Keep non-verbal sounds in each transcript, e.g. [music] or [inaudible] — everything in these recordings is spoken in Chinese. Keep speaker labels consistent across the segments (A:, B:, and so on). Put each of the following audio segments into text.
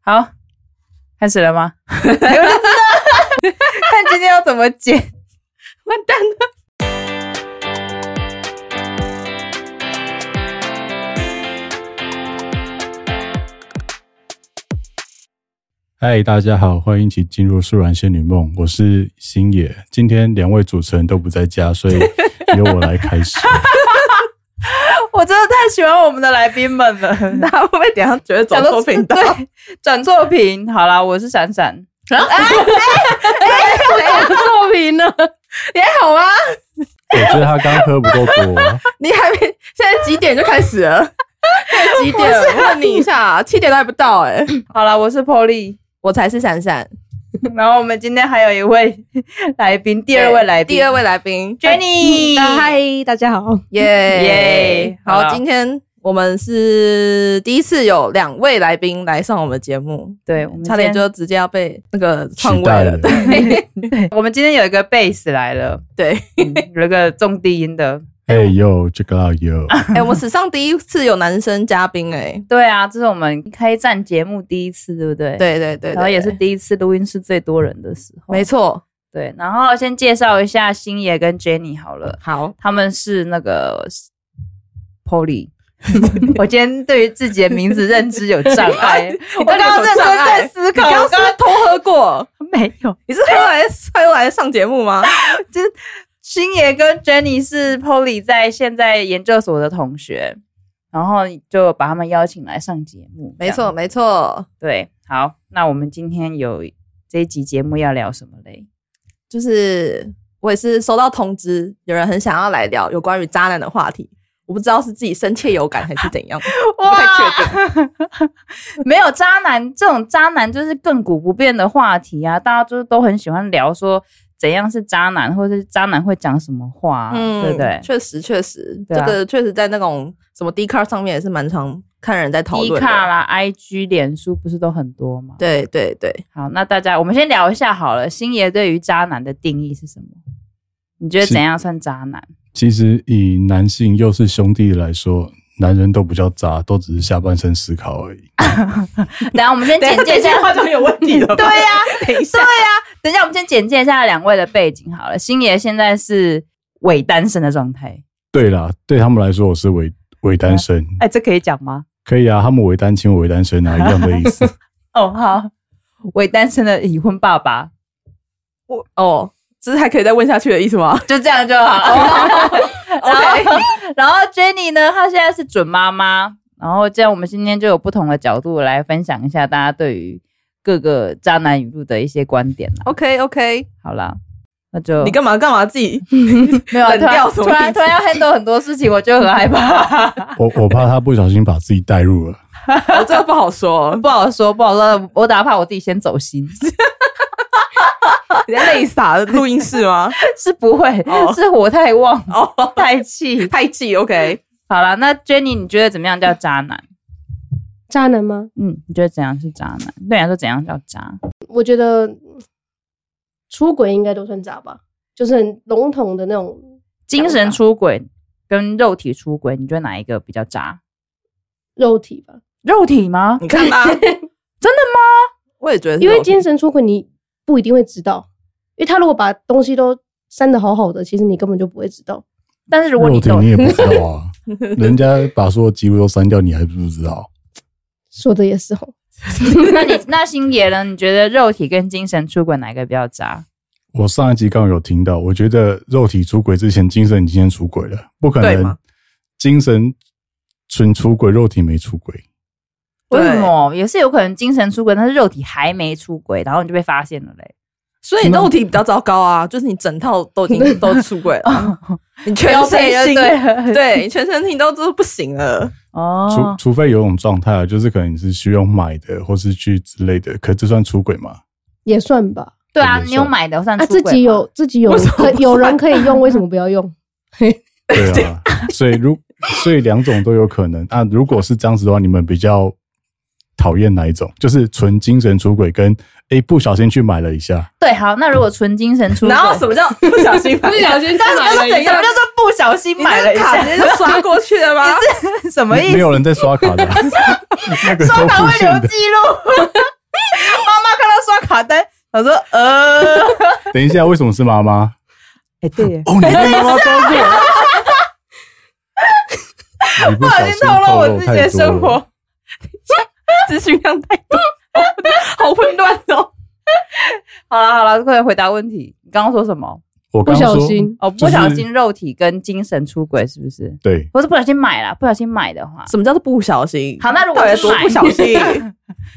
A: 好，开始了 [laughs] 吗？看今天要怎么剪，
B: 完蛋了。
C: 嗨，大家好，欢迎一起进入《素然仙女梦》，我是星野。今天两位主持人都不在家，所以由我来开
B: [laughs]
C: 始。
A: [laughs] 我真的太喜欢我们的来宾们 [laughs] 了。
B: 大家会不会等一下觉得走
A: 讲
B: 错
A: 到
B: 频道？
A: 对，转错屏。好啦，我是闪闪，
B: 错频了，你还好吗？啊
C: 我觉得他刚喝不够多，
B: 你还没？现在几点就开始了？现在几点？我问你一下，七点都还不到哎、
A: 好啦，我是 Polly。
B: 我才是闪闪，
A: 然后我们今天还有一位来宾，第二位来宾，
B: 第二位来宾
A: Jenny。
D: 嗨，大家好。
B: 耶
A: 耶好
B: 好，
A: 了
B: 今天我们是第一次有两位来宾来上我们的节目，
A: 对，我们
B: 差点
A: 今
B: 就直接要被那个篡
C: 期
B: 位
C: 待
B: 了。
C: 了。
B: 对
A: 天我们今天有一个 bass 来了，
B: 对，
A: [laughs] 嗯有一个重低音的。
C: 哎呦，这个老友，
B: 哎、我们史上第一次有男生嘉宾哎、
A: 对啊，这是我们开战节目第一次，对不对？。
B: 对对对对
A: 然后也是
B: 对
A: 第一次录音室最多人的时候，
B: 没错。
A: 对，然后先介绍一下星爷跟 Jenny 好了，
B: 好，
A: 他们是那个
B: [laughs]
A: Polly。我今天对于自己的名字认知有
B: [laughs]
A: 障碍，我刚刚认真在思考，
B: 你刚
A: 我
B: 刚
A: 刚
B: 是不是偷
A: [laughs]
B: 喝过？啊
A: 刚没有。
B: 你是喝来喝来上节目吗？
A: 星爷跟 Jenny 是 Polly 在现在研究所的同学，然后就把他们邀请来上节目。
B: [laughs] 没
A: 这
B: 错，
A: 样，
B: 没错，
A: 对，好，那我们今天有这一集节目要聊什么
B: [laughs]
A: 嘞？
B: 就是我也是收到通知，有人很想要来聊有关于渣男的话题。我不知道是自己深切有感还是怎
A: [laughs]
B: 样，我不太确定。
A: 定。 [laughs] 没有渣男这种渣男就是亘古不变的话题啊，大家就是都很喜欢聊说怎样是渣男，或者是渣男会讲什么话啊、对不对？
B: 嗯确实，确实，
A: 对
B: 这
A: 啊
B: 个确实在那种什么 d 卡上面也是蛮常看人在讨
A: 低
B: 论
A: 卡
B: 的。
A: 啦、IG、脸书不是都很多吗？
B: 对对对，
A: 好，那大家我们先聊一下好了。星爷对于渣男的定义是什么？你觉得
C: 是
A: 怎样算渣男？
C: 其实以男性又是兄弟来说，男人都不叫渣，都只是下半身思考而已。
A: [laughs] 等一下我们先哎简介一下，
B: 有问题了
A: [laughs] 对
B: 对呀、
A: 呀、
B: 等一
A: 对呀、等一下我们先简介一下两位的背景好了。星爷现在是伪单身的状态，
C: 对啦，对他们来说，我是伪伪单身，
B: 嗯
A: 哎、这可以讲吗？
C: 可以啊，他们伪单亲、伪单身啊，一样的意
B: [laughs]
C: 思。
A: 哦，好，伪单身的已婚爸爸，
B: 我哦，这是还可以再问下去的意思
A: [laughs]
B: 吗？哦
A: 就这样就好。 [laughs] 然后， [laughs] 然后 Jenny 呢，她现在是准妈妈，然后这样我们今天就有不同的角度来分享一下大家对于各个渣男语录的一些观点啦。
B: OK OK，
A: 好啦，那就
B: 哦你干嘛干嘛自己？
A: 没有啊
B: 冷
A: 突然
B: 掉什么
A: 突然
B: 意思
A: 突然要 handle 很多事情，我就很害怕，
C: [laughs] 我我怕他不小心把自己带入了。
B: 我哦这个不好说， [laughs]
A: 不好说，不好说，我打怕我自己先走心。
B: 你在累死啊？录音室吗？
A: 是不会，
B: 哦
A: 是火太旺、
B: 哦，
A: 太气。
B: 太气，OK。
A: 好了，那 Jenny，你觉得怎么样叫渣男？
D: 渣男吗？
A: 嗯，你觉得怎样是渣男？对你来说，怎样叫渣？
D: 我觉得嗯出轨应该都算渣吧，就是很笼统的那种
A: 精神出轨跟肉体出轨，你觉得哪一个比较渣？
D: 肉体吧。
A: 肉体吗？
B: 你看吧，真的吗？我也觉得是
D: 因
B: 有，
D: 为精神出轨你不一定会知道，因为他如果把东西都删的好好的，其实你根本就不会知道。
A: 但是如果
C: 肉
A: 你
C: 体
A: 都 [laughs]
C: 你也不知道啊，人家把所有记录都删掉，你还不知道。
D: 说的也是哦吼，
A: 那你那星爷呢？你觉得肉体跟精神出轨哪一个比较渣？
C: 我上一集刚好有听到，我觉得肉体出轨之前，精神已经先出轨了，不可
B: 对
C: 能
B: 吗
C: 精神纯出轨，肉体没出轨。
A: 为
B: 对
A: 什么？也是有可能精神出轨，但是肉体还没出轨，然后你就被发现了 [laughs] 嘞。
B: 所以肉体比较糟糕啊，就是你整套都已经都出轨了， [laughs] 你全身心
A: 对了
B: 对，你全身心都都不行了。
A: 哦
C: 除，除非有种状态啊，就是可能你是需要买的，或是去之类的，可这算出轨吗？
D: 也算吧。
A: 对啊，
C: 没错
A: 你有买的算
D: 啊，
A: 出轨
D: 自
A: 吗
D: 己有自己有
B: 为什么不
D: 可
B: 算
D: 有人可以用，为什么不要用？
C: 对
A: [laughs]
C: 啊，所以如所以两种都有可能啊。如果是这样子的话，你们比较讨厌哪一种？就是纯精神出轨跟诶、不小心去买了一下，
A: 对好，那如果纯精神出轨，
B: 然后什么 [laughs] 叫不小心不
D: 小心
A: 但是
D: 买
A: 就是怎样？就是不小心买了一
B: 卡
A: 下
B: 直，接就刷过去了吗？
A: 什么
C: 没
A: 意思？
C: 没
A: [laughs]
C: 有人在刷卡的啊、那个
A: 刷
C: 都
A: 卡
C: 不
A: 会
C: 现
A: 留
C: 的
A: 记录，我说呃，
C: 等一下，为什么是妈妈？
A: 哎、对耶，
C: 哦，你被妈妈抓过。你不
A: 不
C: 小
A: 小
C: 心
A: 心透露
C: 露
A: 我自己的
C: 太多
A: 生
C: 了
A: 活。
B: [laughs] 资讯量太多，好混乱哦。
A: 好了好了，快点回答问题。你刚刚说什么？
C: 我
D: 不
C: 刚刚
D: 小
C: 说，
D: 心
A: 哦，
C: 就是
A: 不小心肉体跟精神出轨是不是？
C: 对，
A: 我是不小心买了，不小心买的话，
B: 什么叫做不小心？
A: 好，那如果
B: 到底
A: 是
B: 多
A: 买
B: 不小心？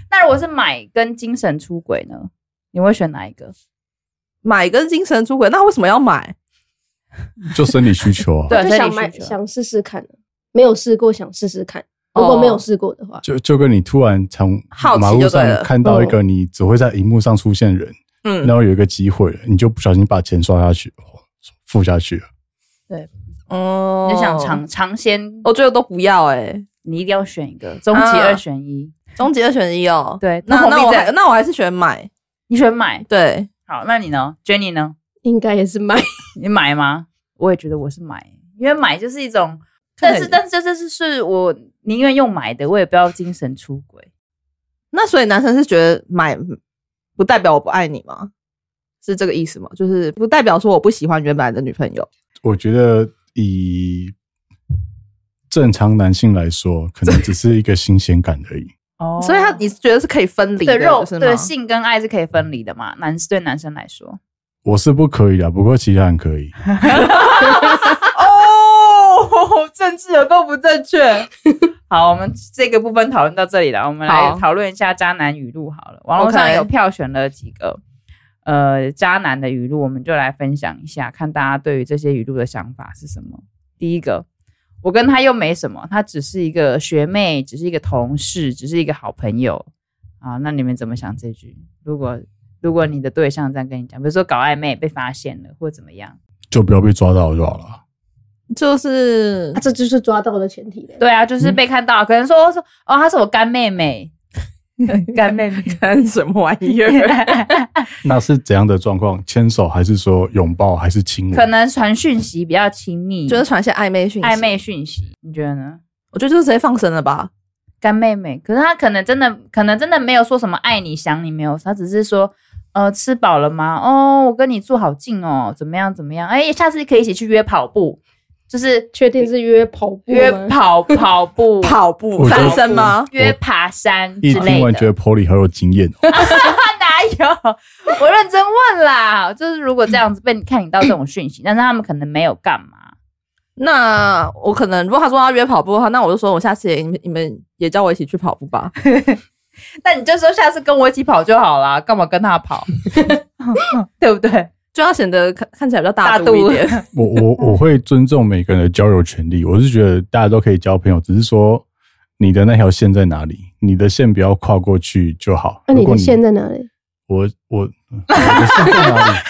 A: 那如果是买跟精神出轨呢？你会选哪一个？
B: 买跟精神出轨，那为什么要买？
C: 就生理需求啊，
A: [laughs] 对
D: 就
A: 生理
D: 想
A: 需
D: 买
A: 求哦
D: 想试试看，没有试过想试试看。如果没有试过的话，
C: 就就跟你突然从
B: 好奇
C: 马路
B: 就对
C: 上
B: 了
C: 看到一个你只会在荧幕上出现的人，
B: 嗯
C: 然后有一个机会了，你就不小心把钱刷下去，哦付下去了。
B: 哦
A: 你想尝，尝鲜，
B: 我觉得都不要哎、
A: 你一定要选一个，终极
B: 啊
A: 二选一。
B: 终极二选一哦。
A: 对
B: 那
A: 啊那
B: 那我
A: 红绿
B: 还
A: 灯
B: 那我还是选买。
A: 你选买，
B: 对，
A: 好，那你呢？Jenny 呢？
D: 应该也是买。 [laughs]
A: 你买吗？我也觉得我是买，因为买就是一种，
B: 对
A: 但是但是这这是我宁愿用买的，我也不要精神出轨。
B: 那所以男生是觉得买不代表我不爱你吗？是这个意思吗？就是不代表说我不喜欢原来的女朋友。
C: 我觉得以正常男性来说，可能只是一个新鲜感而已。
A: 哦
B: 所以他你觉得是可以分离的，
A: 对肉
B: 是吗？
A: 对性跟爱是可以分离的嘛？男对男生来说，
C: 我是不可以的，不过其他人可
D: [laughs]
C: 以。
A: 哦， [laughs] 政治有够不正确。好，我们这个部分讨论到这里了，我们来
B: 好
A: 讨论一下渣男语录好了。网络
B: OK
A: 上有票选了几个呃渣男的语录，我们就来分享一下，看大家对于这些语录的想法是什么。第一个，我跟他又没什么，他只是一个学妹，只是一个同事，只是一个好朋友啊。那你们怎么想这句？如果如果你的对象这样跟你讲，比如说搞暧昧被发现了或怎么样，
C: 就不要被抓到就好了。
B: 就是
D: 啊这就是抓到的前提嘞。
A: 对啊，
B: 嗯
A: 就是被看到，可能说说哦，她是我干妹
B: [laughs]
A: 妹，干妹妹。
B: [laughs] 看什么玩意 [laughs] 儿？
C: 那是怎样的状况？牵手还是说拥抱还是亲吻？
A: [laughs] 可能传讯息比较亲密，
B: 就是传一些暧昧讯息，
A: 暧，昧讯息，你觉得呢？
B: 我觉得就是直接放生了吧。
A: 干妹妹，可是她可能真的，可能真的没有说什么爱你想你没有，她只是说，呃，吃饱了吗？哦，我跟你住好近哦，怎么样怎么样？哎、下次可以一起去约跑步，就是
D: 确定是约跑步
A: 约
D: 吗？
A: 跑跑步、
B: [laughs] 跑步
C: 我觉得
B: 三生吗？
A: 约爬山
C: 一
A: 之
C: 听
A: 类
C: 完
A: 的
C: 觉。得 Polly 很有经验、哦，
A: 哪有？我认真问啦，就是如果这样子被你看你到这种讯息，但是他们可能没有干嘛，
B: 那我可能如果他说他约跑步的话，那我就说我下次也你们你们也叫我一起去跑步吧。
A: 那你就说下次跟我一起跑就好啦，干嘛跟他 [laughs] 跑？对不对？
B: 就要显得看看起来比较大度一点。
C: 我
D: [laughs]
C: 我我会尊重每个人的交友权利。我是觉得大家都可以交朋友，只是说你的那条线在哪里，你的线不要跨过去就好。
D: 那
C: 如
D: 啊你
C: 果
D: 的
C: 你
D: 线在哪里？
C: 我我嗯我的线在哪里？
D: [laughs]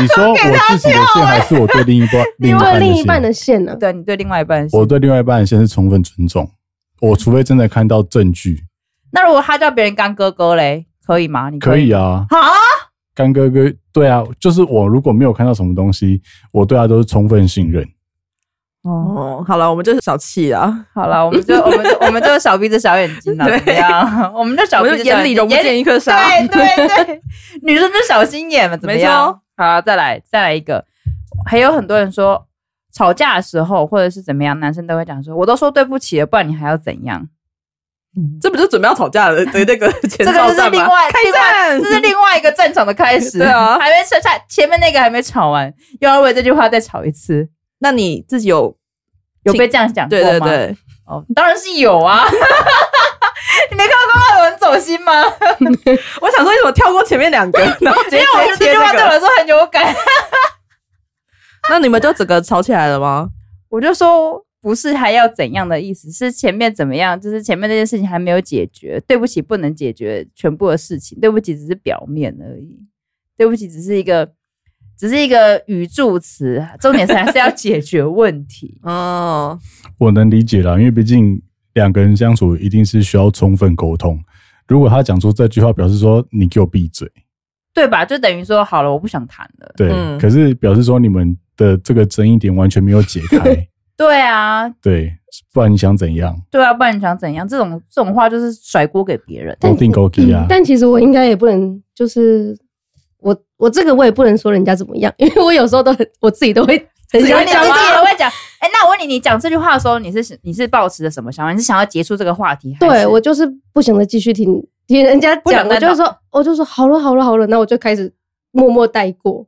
C: 你说我自己的线还是我对另一
D: [laughs]
C: 半另一半
D: 对
C: 的
D: 啊另一半
C: 线？
D: 的线啊呢？
A: 对你对另外一半是，
C: 我对另外一半的线是充分尊重。我除非真的看到证据，
A: 那如果他叫别人干哥哥嘞，可以吗？你
C: 可以
A: 以
C: 啊。
A: 啊？
C: 干哥哥，对啊，就是我如果没有看到什么东西，我对他都是充分信任。
A: 哦，
B: 哦，好了，我们就是小气啊，
A: 好了，我们就我们就我们就小鼻子小眼睛 [laughs] 了，
B: 对
A: 怎么样？我们就小
B: 我
A: 鼻
B: 就
A: 子小
B: 眼里容不
A: 眼
B: 进一颗沙。
A: 对对对， [laughs] 女生就小心眼嘛，怎么
B: 没
A: 样
B: 错？
A: 好，再来再来一个，还有很多人说吵架的时候或者是怎么样，男生都会讲说，我都说对不起了，不然你还要怎样？
B: 这不就准备要吵架了的那个
A: 这
B: 前
A: 个
B: 哨
A: 就是
B: 战
A: 另
B: 吗？
A: 外
B: 开
A: 另外，
B: 战，
A: 这是另外一个战场的开始。 [laughs]
B: 对啊
A: 还没吵架，前面那个还没吵完，又要为这句话再吵一次。
B: 那你自己有
A: 有被这样讲过
B: 对
A: 吗？
B: 对对，
A: 哦，当然是有啊。 [laughs] 你没看到刚刚有人走心 [laughs] 吗？
B: 我想说你怎么跳过前面两个，然后直
A: 因为
B: 接
A: 我觉得
B: 直接
A: 这
B: 切
A: 句话
B: 这
A: 对我
B: 个？
A: 来说很有感。
B: 那你们就整个吵起来了吗？。
A: 我就说不是还要怎样的意思，是前面怎么样，就是前面那件事情还没有解决，对不起，不能解决全部的事情，对不起只是表面而已，对不起只是一个只是一个语助词，重点是还是要解决问题
B: 哦，
C: 我能理解啦，因为毕竟两个人相处一定是需要充分沟通。如果他讲出这句话，表示说你给我闭嘴，
A: 对吧？就等于说好了，我不想谈了。
C: 对。
B: 嗯
C: 可是表示说你们的这个争议点完全没有解
D: [laughs]
C: 开，
A: 对啊，
C: 对，不然你想怎样？
A: 对啊，不然你想怎样？这种这种话就是甩锅给别人。
C: 勾定勾
D: 嗯
C: 定啊！
D: 但其实我应该也不能，就是我我这个我也不能说人家怎么样，因 [laughs] 为我有时候都很我自己都会很
A: 你
D: 想
A: 自己
D: 讲话。
A: 也会讲，哎、那我问你，你讲这句话的时候，你是你是抱持着什么想法？你是想要结束这个话题？还是
D: 对我就是不想再继续听听人家
A: 不想
D: 讲，
A: 再
D: 我就说我就说好了好了好了，那我就开始默默带过。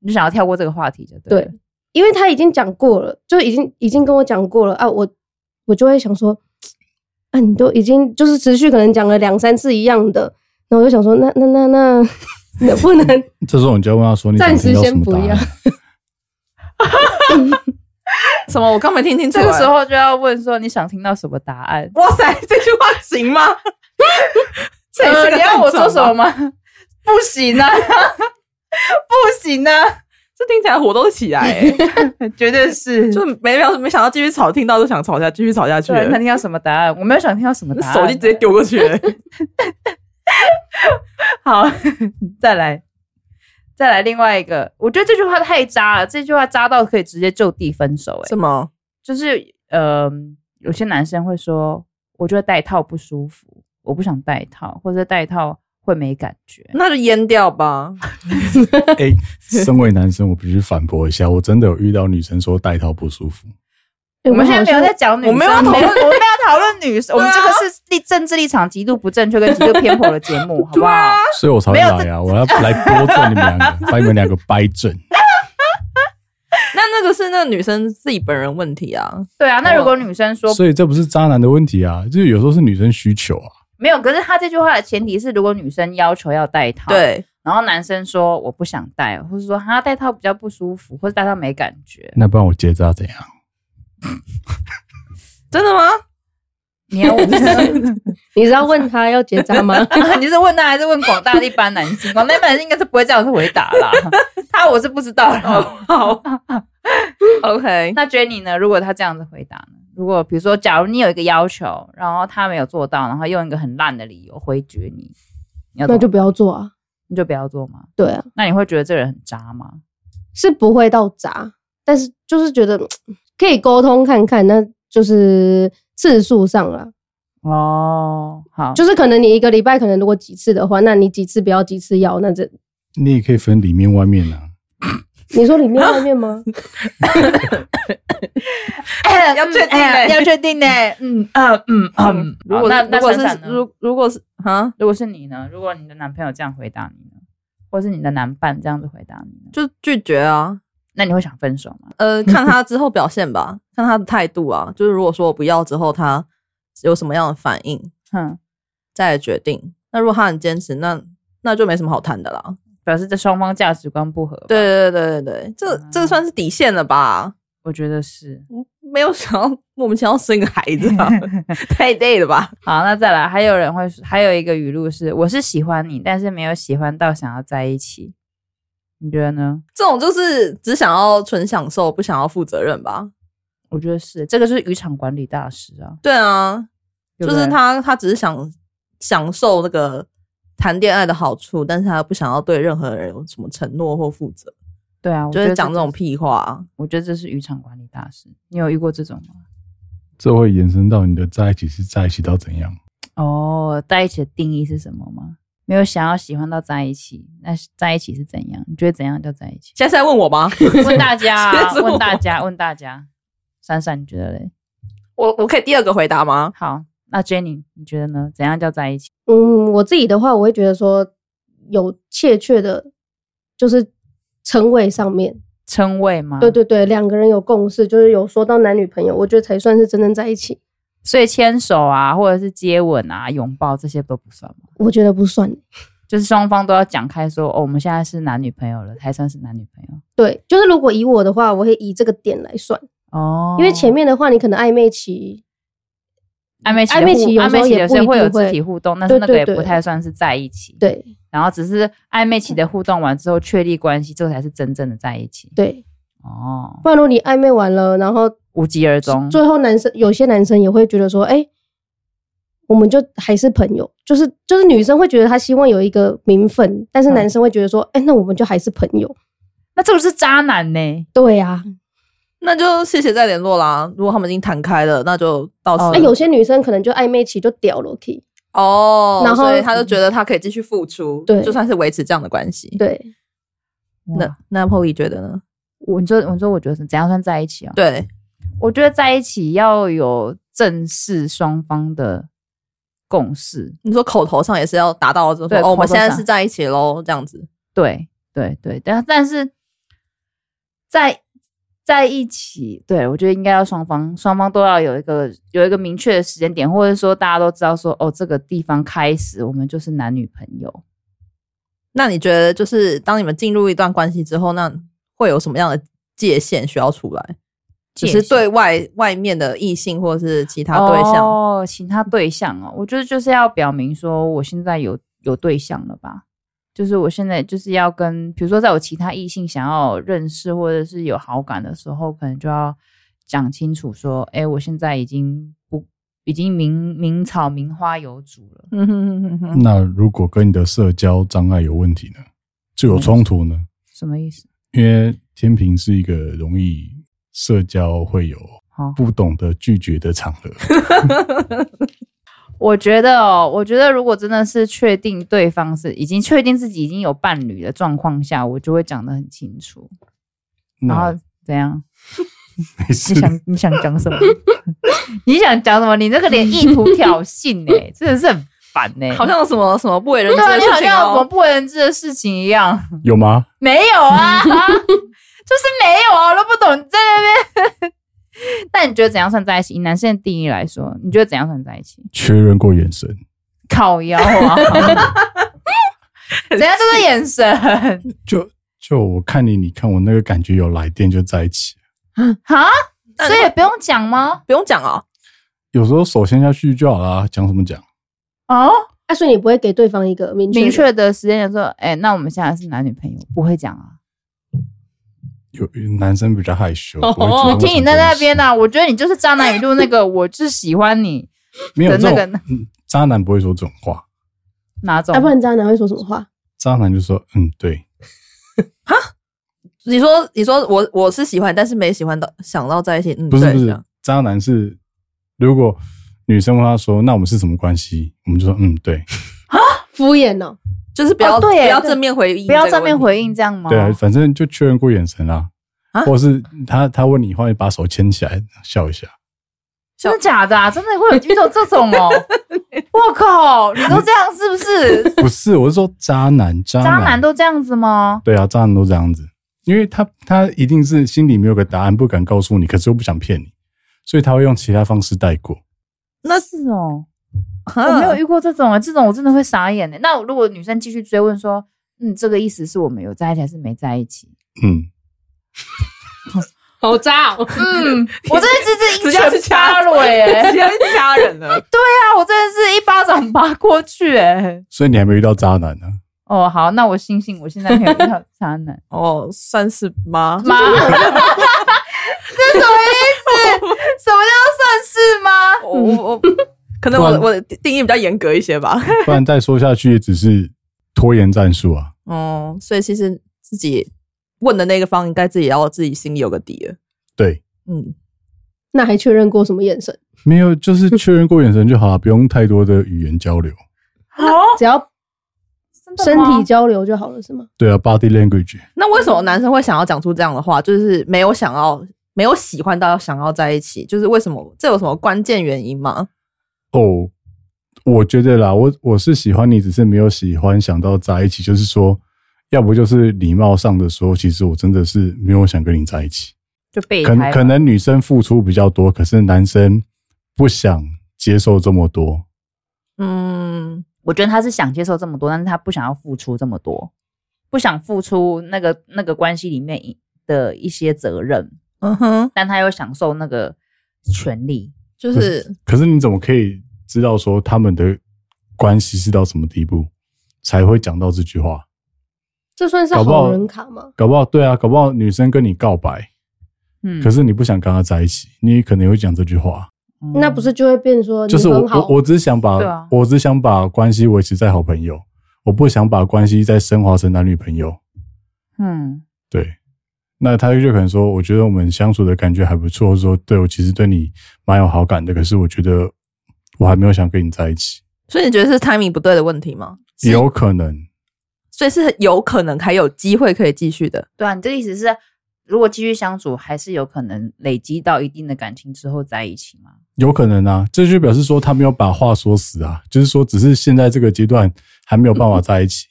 A: 你就想要跳过这个话题，就对了
D: 对，因为他已经讲过了，就已经已经跟我讲过了啊，我我就会想说，啊，你都已经就是持续可能讲了两三次一样的，那我就想说，那那那那能不
A: [laughs]
D: 能哎
C: 这时候你就要问他说：“你想
D: 暂时
C: 听到
D: 先
C: 什么答
D: 不要
C: 案？”
B: 什么？我刚没听清楚、
A: 这个时
B: 候，
A: 候就要问说你想听到什么答案？
B: 哇塞，这句话行吗？ [laughs] 这也
A: 呃
B: 是个
A: 你要我
B: 症
A: 说
B: 状
A: 什么
B: 吧？
A: 吗？ [laughs] 不行啊， [laughs] 不行
B: [laughs]
A: 啊，
B: 这听起来火都起来、 [laughs] 欸，
A: 绝对是。
B: 就没没有没想到继续吵，听到就想吵架，继续吵下去
A: 对，他
B: 了。
A: 听到什么答案？我没有想听到什么答
B: 那
A: 案。
B: 手机直接丢过去了、
A: [laughs]
B: [laughs]
A: 好， [laughs] 再来，再来另外一个。我觉得这句话太渣了，这句话渣到可以直接就地分手、欸。
B: 什么？
A: 就是呃，有些男生会说，我觉得戴套不舒服，我不想戴套，或者戴套会没感觉。
B: 那就淹掉吧。
C: [laughs] 哎、身为男生，我必须反驳一下，我真的有遇到女生说戴套不舒服，
A: 我们现在没有
D: 好像
A: 在讲女生，
B: 我没有讨论
A: 没有我们要讨论女生，我们
B: 对
A: 这
B: 啊
A: 个是立政治立场极度不正确跟极度偏颇的节目，好不好？
C: 所以我才会来啊！我要
D: [laughs]
C: 来拨正你们两个，把你们两个掰正。
B: 那那个是那个女生自己本人问题啊。
A: 对啊，那如果女生说
C: 所以这不是渣男的问题啊，就是有时候是女生需求啊。
A: 没有，可是他这句话的前提是，如果女生要求要戴套，，
B: 对，
A: 然后男生说我不想戴，或者说他戴套比较不舒服，或者戴套没感觉，
C: 那不然我结扎怎样？
B: 真的吗？
A: 你要问 [laughs] 啊
D: 你是要问他要结扎吗？
A: 你是问他还是问广大的一般男性？广大一般男性应该是不会这样子回答啦，他我是不知道啦。
B: 好 [laughs] ，OK。
A: 那 Jenny 呢？如果他这样子回答呢？如果比如说，假如你有一个要求，然后他没有做到，然后用一个很烂的理由回绝你，你要怎
D: [laughs] 那
A: 么
D: 就不要做啊。
A: 你就不要做吗？
D: 对啊，
A: 那你会觉得这个人很渣吗？
D: 是不会到渣，但是就是觉得可以沟通看看，那就是次数上啦。
A: 哦，好，
D: 就是可能你一个礼拜可能如果几次的话，那你几次不要几次要，那这
C: 你也可以分里面外面啊。
D: 你说里面外面 [laughs] 吗？
A: [laughs] 要
B: 确定欸
A: 要确定呢、 [laughs] 嗯啊嗯嗯。
B: 如
A: 好
B: 果
A: 那
B: 如
A: 那
B: 果
A: 闪
B: 是
A: 闪呢
B: 如如果是啊，
A: 如果是你呢？如果你的男朋友这样回答你呢，或是你的男伴这样子回答你呢，
B: 就拒绝啊。
A: 那你会想分手吗？
B: 呃，看他之后表现吧，看他的态度啊。就是如果说我不要之后，他有什么样的反应，
A: 哼，
B: 再来决定。那如果他很坚持，那那就没什么好谈的啦。
A: 表示这双方价值观不合。，
B: 对对对对对，这
A: 嗯
B: 这个算是底线了吧？
A: 我觉得是。
B: 没有想要莫名其妙生个孩子啊，太累了吧？
A: 好，那再来，还有人会，还有一个语录是：我是喜欢你，但是没有喜欢到想要在一起。你觉得呢？
B: 这种就是只想要纯享受，不想要负责任吧？
A: 我觉得是，这个是渔场管理大师啊，
B: 对啊，
A: 对
B: 就
A: 不对
B: 是他他只是想享受那个谈恋爱的好处，但是他不想要对任何人有什么承诺或负责，
A: 对啊，我
B: 就
A: 觉
B: 是
A: 得
B: 讲这种屁话啊。
A: 我觉得这是渔场管理大师。你有遇过这种吗？
C: 这会延伸到你的在一起是在一起到怎样？
A: 哦，在一起的定义是什么吗？没有想要喜欢到在一起，那是在一起是怎样？你觉得怎样叫在 [laughs] 一起？
B: 现在是在问我吗？
A: 问大家啊、
B: 其实我
A: 问大家，问大家。闪闪，你觉得嘞？
B: 我我可以第二个回答吗？
A: 好，那 Jenny，你觉得呢？怎样叫在一起？
D: 嗯，我自己的话，我会觉得说有切确的，就是称谓上面，
A: 称谓吗？
D: 对对对，两个人有共识，就是有说到男女朋友，我觉得才算是真正在一起。
A: 所以牵手啊，或者是接吻啊、拥抱这些都不算吗？
D: 我觉得不算，
A: 就是双方都要讲开说，哦，我们现在是男女朋友了，才算是男女朋友。
D: 对，就是如果以我的话，我会以这个点来算，
A: 哦，
D: 因为前面的话，你可能暧昧期，
A: 暧昧期的
D: 暧昧期
A: 互
D: 有
A: 暧
D: 时候
A: 昧期
D: 也
A: 的
D: 不一
A: 是
D: 定
A: 会有肢
D: 会
A: 体互动，但是那个
D: 对
A: 也
D: 对
A: 不
D: 对
A: 太算是在一起。
D: 对
A: 然后只是暧昧期的互动完之后确立关系，这才是真正的在一起。
D: 对，
A: 哦，
D: 不然如果你暧昧完了，然后
A: 无疾而终。
D: 最后男生有些男生也会觉得说，哎、我们就还是朋友，就是就是女生会觉得她希望有一个名分，但是
A: 嗯
D: 男生会觉得说，哎、那我们就还是朋友。
A: 那这不是渣男呢？
D: 对啊呀、
A: 嗯
B: 那就谢谢再联络啦。如果他们已经谈开了，那就到此。
D: 啊
A: 哦
D: 那、有些女生可能就暧昧期就屌了，可以
B: 哦，
D: 然后
B: 所以他就觉得他可以继续付出，
D: 对
B: 就算是维持这样的关系。
D: 对，
A: 那
B: 那那 Polly 觉得呢？
A: 我你说你说我觉得是怎样算在一起啊？
B: 对，
A: 我觉得在一起要有正式双方的共识，
B: 你说口头上也是要达到这种
A: 对
B: 哦，我们
A: 口头
B: 现
A: 上
B: 在是在一起喽，这样子。
A: 对对对，但但是在在一起，对我觉得应该要双方双方都要有一个有一个明确的时间点，或者说大家都知道说哦，这个地方开始我们就是男女朋友。
B: 那你觉得，就是当你们进入一段关系之后，那会有什么样的界限需要出来？只
A: 界
B: 是
A: 限
B: 对外外面的异性或是其他对象，
A: 哦，其他对象哦，我觉得就是要表明说我现在有有对象了吧，就是我现在就是要跟，比如说在我其他异性想要认识或者是有好感的时候，可能就要讲清楚说，哎，我现在已经不已经名名草名花有主了，
B: 嗯哼哼哼哼，
C: 那如果跟你的社交障碍有问题呢，就有冲突呢？
A: 什么意思？
C: 因为天平是一个容易社交会有
A: 好
C: 不懂得拒绝的场
A: [laughs]
C: 合，
A: 我觉得哦，我觉得如果真的是确定对方是已经确定自己已经有伴侣的状况下，我就会讲得很清楚，然
C: 那
A: 后怎样？
C: 没事
A: 你。
C: [laughs]
B: [laughs]
A: 想你想讲什么？ [laughs] 你想讲什么？你这个脸意图挑衅哎、
B: [laughs]
A: 真的是很烦哎、
B: 好像有什么什么不为人
A: 对
B: 知
A: 啊，
B: 的
A: 你
B: 事
A: 好
B: 情
A: 像有什么
B: 哦。
A: 不为人知的事情一样。
C: 有吗？
A: 没有啊， [laughs] 就是没有啊，我都不懂你在那边。 [laughs] 但你觉得怎样算在一起？以男生的定义来说，你觉得怎样算在一起？
C: 确认过眼神，
A: 靠腰
B: [laughs]
A: 啊，怎样就是眼
B: [laughs]
A: 神
C: 就就我看你，你看我，那个感觉有来电就在一起。
A: 哈，
B: 那
A: 所以也不用讲吗？
B: 不用讲哦，
C: 有时候手牵下去就好啦，讲什么讲？
A: 哦，
D: 啊，所以你不会给对方一个明确的
A: 明确的时间点说，哎、那我们现在是男女朋友，不会讲啊。
C: 有男生比较害羞，
B: 哦
C: 不会主动
A: 我听你在
C: 讲这
A: 那
C: 种事
A: 边呢、啊我觉得你就是渣男语录那个，我就是喜欢你
C: 没有
A: 的
C: 这
A: 那个
C: 种嗯渣男不会说这种话，
A: 哪种
D: 啊要、？不然渣男会说什么话？
C: 渣男就说嗯对，
B: 你说你说我我是喜欢，但是没喜欢到想到在一起，嗯，
C: 不是
B: 对
C: 不
B: 这
C: 是
B: 样，
C: 渣男是如果女生问他说那我们是什么关系，我们就说嗯对，
D: 敷衍哦、
B: 就是不要、
A: 哦对耶
B: 不要正面回应，
A: 不要正面
B: [laughs]
A: 回应这样吗？
C: 对啊，反正就确认过眼神啦，
B: 啊
C: 或者是他他问你以后，你把手牵起来笑
A: [laughs]
C: 一下，
A: 真的假的、啊？真的会有遇到这种 [laughs] 哦？我靠，你都这样是不是？
C: 不是，我是说渣男，渣
A: 渣男都这样子吗？
C: 对啊，渣男都这样子，因为他他一定是心里没有个答案，不敢告诉你，可是又不想骗你，所以他会用其他方式带过。
B: 那
A: 是哦，
B: 我
A: 我没有遇过这种啊，这种我真的会傻眼的、欸那如果女生继续追问说，嗯，这个意思是我们有在一起还是没在一 [laughs] 起？
C: 嗯，
E: 好
B: [laughs]
E: 渣哦！
A: 嗯，我真的是这
B: 直
A: 一
B: 接
A: 拳
B: 是
A: 扒
B: 掐
A: 了哎、
B: 直接是家人了。。
A: 啊，我真的是一巴掌扒过去哎、
C: 所以你还没遇到渣男呢、啊
A: 哦，好，那我庆幸我现在没有遇到渣男
B: [laughs] 哦，算是
A: [laughs]
B: 吗？
A: 妈，这什么意思？ [laughs] 什么叫算是吗？
B: 我我我，可能我的我的定义比较严格一些吧。
C: 不然再说下去也只是拖延战术啊。
B: 哦、所以其实自己问的那个方，应该自己要自己心里有个底了。
C: 对，
B: 嗯，
D: 那还确认过什么眼神？
C: 没有就是确认过眼神就好啊了，不用太多的语言交流。
A: 哦，
D: 只要身体
A: 就
D: 交流就好了，是吗？
C: 对啊，body language
B: 那为什么男生会想要讲出这样的话？就是没有想要，没有喜欢到要想要在一起，就是为什么？这有什么关键原因吗？
C: 哦，我觉得啦，我我是喜欢你，只是没有喜欢想到在一起，就是说，要不就是礼貌上的说，其实我真的是没有想跟你在一起。
A: 就备
C: 可
A: 胎
C: 可能女生付出比较多，可是男生不想接受这么多。
B: 嗯，
A: 我觉得他是想接受这么多，但是他不想要付出这么多，不想付出那个那个关系里面一的一些责任，
B: 嗯哼，
A: 但他又享受那个权利。
B: 就是
C: 可是你怎么可以知道说他们的关系是到什么地步才会讲到这句话？
D: 这算是
C: 搞不好
D: 好人卡吗？
C: 搞不好对啊，搞不好女生跟你告白，
A: 嗯
C: 可是你不想跟她在一起，你可能会讲这句话，
A: 嗯
D: 那不是就会变说哦你
C: 就是我
D: 很好
C: 我我只想把、
A: 对啊
C: 我只想把关系维持在好朋友，我不想把关系再升华成男女朋友。
A: 嗯，
C: 对，那他就可能说，我觉得我们相处的感觉还不错，或者说对我其实对你蛮有好感的，可是我觉得我还没有想跟你在一起。
B: 所以你觉得是 timing 不对的问题吗？是
C: 有可能。
B: 所以是有可能还有机会可以继续的。
A: 对啊，你这个意思是，如果继续相处，还是有可能累积到一定的感情之后在一起吗？
C: 有可能啊，这就表示说他没有把话说死啊，就是说只是现在这个阶段还没有办法在一起，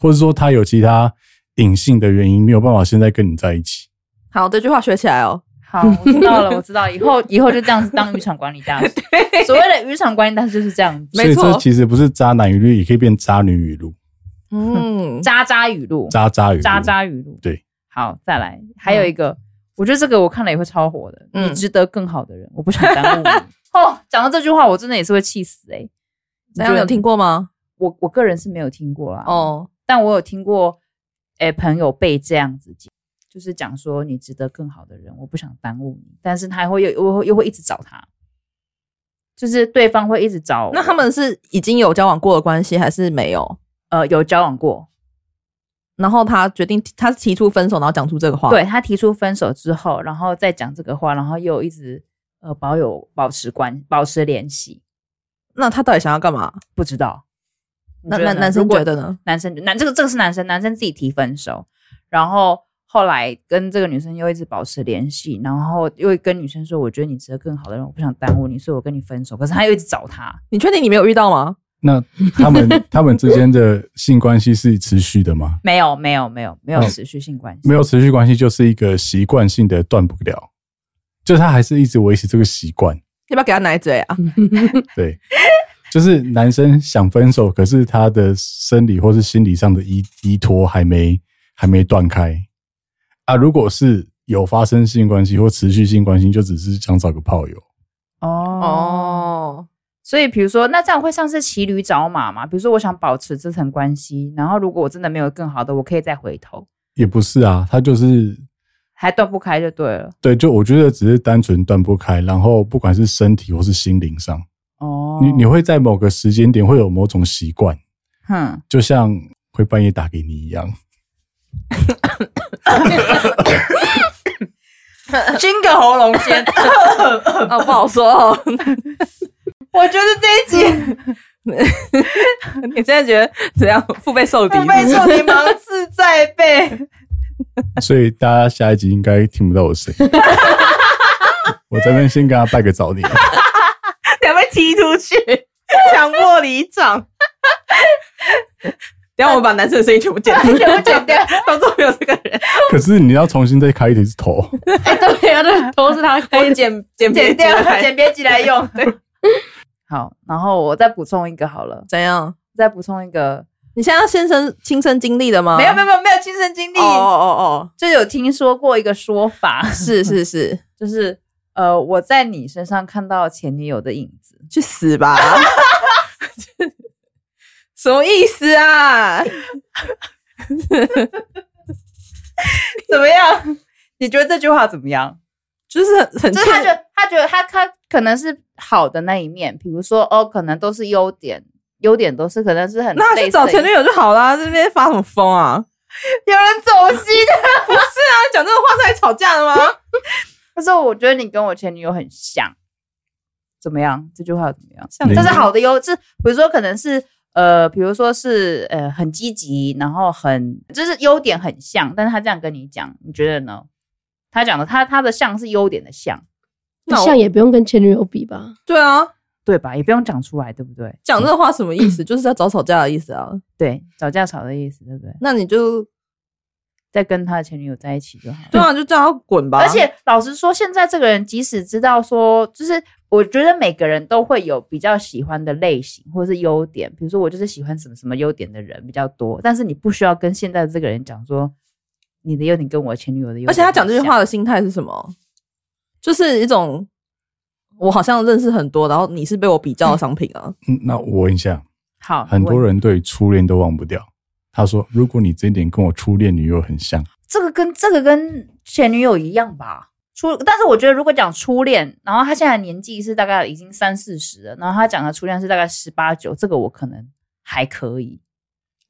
C: 或者说他有其他隐性的原因没有办法现在跟你在一起。
B: 好，这句话学起来哦。
A: 好，我知道了，我知道，以后以后就这样子当渔场管理
B: [laughs]
A: 大师。所谓的渔场管理大师就是这样子，
C: 所
B: 没
C: 以
B: 错
C: 这其实不是渣男语录，也可以变渣女语录、
B: 嗯，
A: 渣渣语录，
C: 渣渣语录、
A: 渣渣语录。
C: 对，
A: 好，再来，还有一个，我觉得这个我看了也会超火的。
B: 嗯
A: 你值得更好的人，我不想耽误
B: [laughs]
A: 你。哦，讲到这句话，我真的也是会气死哎、欸。
B: 怎样？你有听？过吗？
A: 我我个人是没有听过啦。哦，
B: 哦，
A: 但我有听过，哎、朋友被这样子讲，就是讲说你值得更好的人，我不想耽误你，但是他还会又又会又会一直找他，就是对方会一直找。
B: 那他们是已经有交往过的关系，还是没有？
A: 呃有交往过，
B: 然后他决定，他提出分手，然后讲出这个话。
A: 对，他提出分手之后，然后再讲这个话，然后又一直呃保有保持关保持联系，
B: 那他到底想要干嘛？
A: 不知道。你
B: 那
A: 觉得
B: 那
A: 呢
B: 男生
A: 如果
B: 觉得呢？
A: 男生男这个这个是男生，男生自己提分手，然后后来跟这个女生又一直保持联系，然后又跟女生说，我觉得你值得更好的人，我不想耽误你，所以我跟你分手。可是他又一直找他，
B: 你确定你没有遇到吗？
C: 那他们 [laughs] 他们之间的性关系是持续的吗？
A: 没有没有没有没有
C: 嗯
A: 持续性关系，
C: 没有持续关系，就是一个习惯性的断不了，就他还是一直维持这个习惯。
B: 要不要给他奶嘴啊？
C: 对，就是男生想分手，可是他的生理或是心理上的依依托还没还没断开啊。如果是有发生性关系或持续性关系，就只是想找个炮友。
A: 哦
B: 哦，
A: 所以，比如说，那这样会像是骑驴找马嘛？比如说，我想保持这层关系，然后如果我真的没有更好的，我可以再回头，
C: 也不是啊，他就是
A: 还断不开就对了。
C: 对，就我觉得只是单纯断不开，然后不管是身体或是心灵上，
A: 哦
C: 你你会在某个时间点会有某种习惯，
A: 哼，
C: 就像会半夜打给你一样。
A: 金个喉咙先。 [laughs]
B: [laughs] 哦，不好说哦。
A: 我觉得这一
C: [laughs]
A: 集
B: 你现在觉得怎样？腹背受敌？ [laughs]
A: 受你芒刺在背。
C: 所以大家下一集应该听不到我声音。我这边先跟他拜个早年，
B: 等下被踢出去，强迫离场。 [laughs] 等下我们把男生的声音 [laughs] 全部剪
A: [laughs]
B: 掉，
A: 全部剪掉，
B: [laughs] 当做没有这个人，
C: [laughs] 可是你要重新再开一次头， [laughs]
E: 对啊，那都是他开的。
B: [laughs] 剪剪
A: 剪掉， [laughs] 剪
B: 别集来 [laughs] 用。对，
A: 好，然后我再补充一个好了，
B: 怎样？
A: 再补充一个，
B: 你现在要亲身亲身经历的吗？
A: 没有没有没有没有亲身经历
B: 啊哦，哦
A: 就有听说过一个说法
B: 哦，，是是是，
A: 就是呃，我在你身上看到前女友的影
B: [laughs]
A: 子。
B: 去死吧！什么意思啊？
A: 怎么样？你觉得这句话怎么样？
B: 就是很很
A: 就是他
B: 欠
A: 觉得他觉得他他可能是好的那一面，比如说哦，可能都是优点，优点都是可能是很
B: 那他去找前女
A: 友，
B: 友就好啦，这边发什么疯啊？
A: 有人走心的。
B: 不是啊，讲这个话是来吵架的吗？
A: 可是我觉得你跟我前女友很像，怎么样？这句话怎么样？
B: 像
A: 啊这是好的优，这比如说可能是呃，比如说是呃很积极，然后很就是优点很像，但是他这样跟你讲，你觉得呢？他讲的他他的像是优点的像，
B: 那我
D: 像也不用跟前女友比吧？
B: 对啊，
A: 对吧？也不用讲出来，对不对？
B: 讲这话什么意思？就是要找吵架的意思啊。
A: 对，找架吵的意思，对不对？
B: 那你就
A: 再跟他的前女友在一起就好了。
B: 对啊，就叫他滚吧。
A: 而且老实说，现在这个人即使知道说，就是我觉得每个人都会有比较喜欢的类型或是优点，比如说我就是喜欢什么什么优点的人比较多，但是你不需要跟现在的这个人讲说你的优点跟我前女友的优点
B: 而
A: 很
B: 且
A: 像，
B: 他讲这句话的心态是什么？就是一种我好像认识很多，然后你是被我比较的商品啊。
C: 嗯那我问一下，
A: 好，
C: 很多
A: 我
C: 人对初恋都忘不掉。他说：“如果你这一点跟我初恋女友很像，
A: 这个跟这个跟前女友一样吧。初，但是我觉得如果讲初恋，然后他现在年纪是大概已经三四十了，然后他讲的初恋是大概十八九，这个我可能还可以，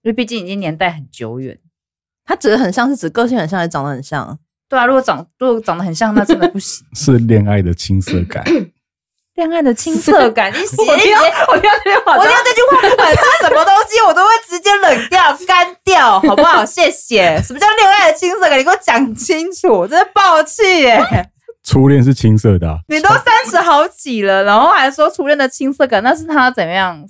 A: 因为毕竟已经年代很久远。
B: 他只是很像是指个性很像，还是长得很像？
A: 对啊，如果长如果长得很像，那真的不行。
C: 是恋爱的青涩感。
A: [laughs] 恋爱的青涩感，
B: [laughs]
A: 你写
B: 我
A: 一
B: 听
A: 写
B: 到， [laughs] 我听到这句话，
A: 我听到这句话，不管是什么东西，我都会直接冷掉、干掉，好不好？谢谢。什么叫恋爱的青涩感？你给我讲清楚，我真的爆气耶！
C: 初恋是青涩的啊、
A: 你都三十好几了，然后还说初恋的青涩感，那是他怎么样？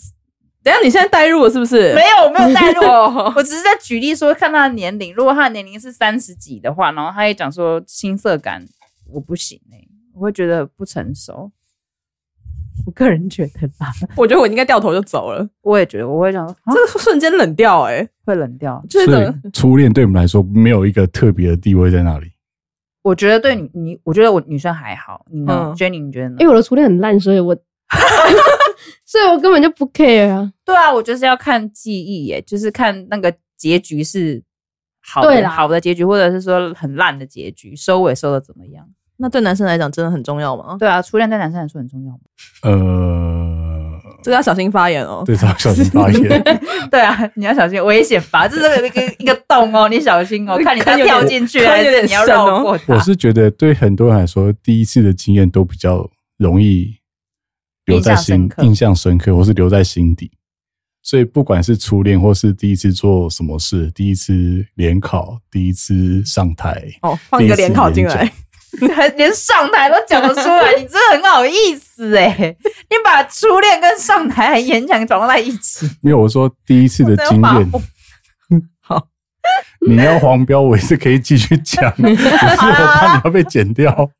B: 等一下你现在代入了是不是？
A: [laughs] 没有，我没有带入，
B: 有，
A: 我只是在举例说看他的年龄。如果他的年龄是三十几的话，然后他也讲说青涩感，我不行哎、我会觉得不成熟。我个人觉得吧，
B: 我觉得我应该掉头就走了，
A: 我也觉得我会讲说、啊
B: 这、个瞬间冷掉哎、
A: 会冷掉。
B: 就是
C: 所
B: 等
C: 以初恋对我们来说没有一个特别的地位在那里。
A: 我觉得对你，你我觉得我女生还好，你呢、
B: 嗯
A: j e n n y 你觉得呢
D: 因？为我的初恋很烂，所以我， [laughs] 所以我根本就不 care 啊。
A: 对啊，我就是要看记忆耶，就是看那个结局是好
D: 对
A: 的
D: 啦
A: 好的结局，或者是说很烂的结局，收尾收的怎么样？
B: 那对男生来讲真的很重要吗？
A: 对啊，初恋对男生来说很重要吗。
C: 呃，
B: 这个要小心发言哦。 [laughs]
C: 对，超小心发言。
A: 对啊，你要小心危险吧，这是一个一个洞哦，你小心哦， [laughs] 看你要跳进去
B: 坑
A: 还
B: 有点
A: 是你要绕过它 [laughs]
C: 我。是觉得对很多人来说，第一次的经验都比较容易留在
A: 印象深
C: 心
A: 刻
C: 印象深刻，或是留在心底。所以不管是初恋，或是第一次做什么事，第一次联考，第一次上台，
B: [laughs] 哦，放一个联考进
C: 第一次
B: 来
C: 演，
A: 你还连上台都讲得出来，你真的很好意思哎！你把初恋跟上台还演讲装在一起，
C: 没有我说第一次的经
A: 我真
C: 验
A: 的发。
C: [laughs]
B: 好，
C: 你要黄标，我也是可以继续
A: [laughs]
C: 讲，只是我怕你要被剪掉。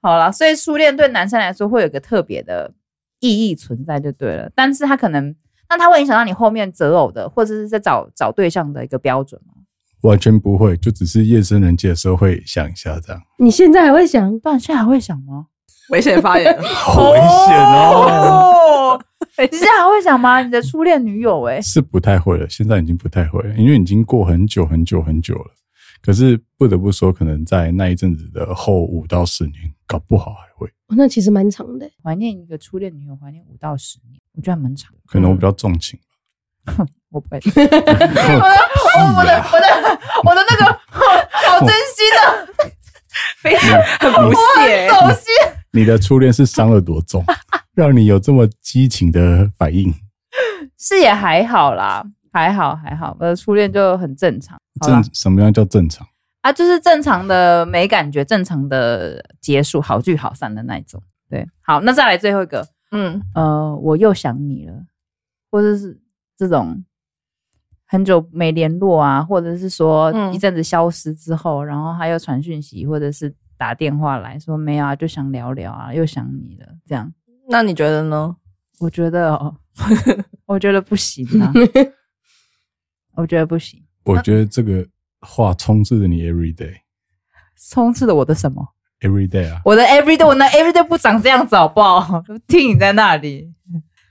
A: 好了，所以初恋对男生来说会有一个特别的意义存在就对了，但是他可能那他会影响到你后面择偶的或者是在找找对象的一个标准吗？
C: 完全不会，就只是夜深人静的时候会想一下这样。
D: 你现在还会想？
A: 不然现在还会想吗？
B: 危险发 [laughs] 言。
C: 好危险哦！
A: 哦！你现在还会想吗？你的初恋女友哎、
C: 是不太会了，现在已经不太会了，因为已经过很久很久很久了。可是不得不说，可能在那一阵子的后五到十年，搞不好还会。
D: 哦那其实蛮长的欸。
A: 怀念一个初恋女友，怀念五到十年，我觉得还蛮长。
C: 可能我比较重情，哦
A: 我不会，我的嗯 [laughs] 我
C: 啊
A: 我的我的 [laughs] 我的那个好好真心的，
B: 非常很不屑。
C: 嗯
A: 走心。
C: 你的初恋是伤了多重，让你有这么激情的反应，
A: [laughs] 是也还好啦，还好还好，我的初恋就很正常。好啦
C: 正什么样叫正常？
A: 啊，就是正常的没感觉，正常的结束，好聚好散的那一种。对，好，那再来最后一个，
B: 嗯，
A: 呃，我又想你了，或者是这种很久没联络啊，或者是说
B: 嗯
A: 一阵子消失之后，然后他又传讯息或者是打电话来说没有啊，就想聊聊啊，又想你了，这样
B: 那你觉得呢？
A: 我觉得、哦， [laughs] 我觉得不行啊，我觉得不行，
C: 我觉得这个话充斥着你 every day，every
A: 充斥了我的什么？
C: day 啊。
A: 我的 everyday，我那 everyday 不长这样子好不好？ [laughs] 听你在那里。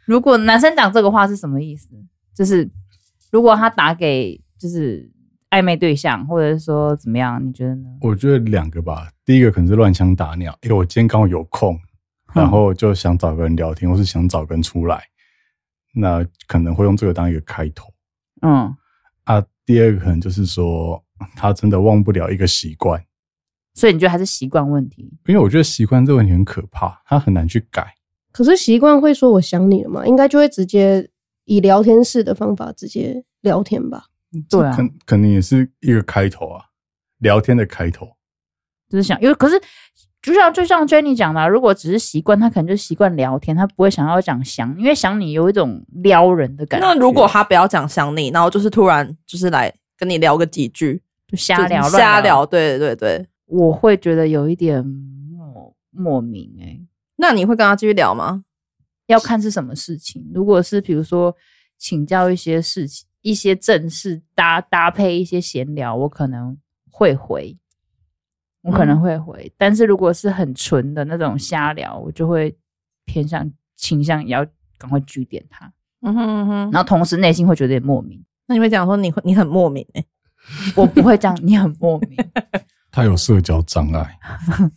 A: 如果男生讲这个话是什么意思？就是如果他打给就是暧昧对象，或者是说怎么样？你觉得呢？
C: 我觉得两个吧，第一个可能是乱枪打鸟，因为我今天刚好有空，然后就想找个人聊天，或是想找个人出来，那可能会用这个当一个开头
A: 嗯，
C: 啊。第二个可能就是说，他真的忘不了一个习惯，
A: 所以你觉得还是习惯问题？
C: 因为我觉得习惯这个问题很可怕，他很难去改。
D: 可是习惯会说我想你了嘛，应该就会直接以聊天式的方法直接聊天吧。
A: 对啊
C: 可，可能也是一个开头啊，聊天的开头。
A: 就是想，因为可是就像就像 Jenny 讲的啊、如果只是习惯，他可能就习惯聊天，他不会想要讲想，因为想你有一种撩人的感觉。
B: 那如果他不要讲想你，然后就是突然就是来跟你聊个几句，
A: 就瞎聊
B: 就
A: 乱
B: 是瞎聊，，对对对。
A: 我会觉得有一点莫莫名哎、
B: 那你会跟他继续聊吗？
A: 要看是什么事情。如果是比如说请教一些事情，一些正事搭搭配一些闲聊，我可能会回，我可能会回。但是如果是很纯的那种瞎聊，我就会偏向倾向也要赶快据点他，
B: 嗯哼嗯哼，
A: 然后同时内心会觉得有点莫名。
B: 那你会讲说你会你很莫名哎、
A: 我不会这样，你很莫名，
C: 他有社交障碍，
A: 嗯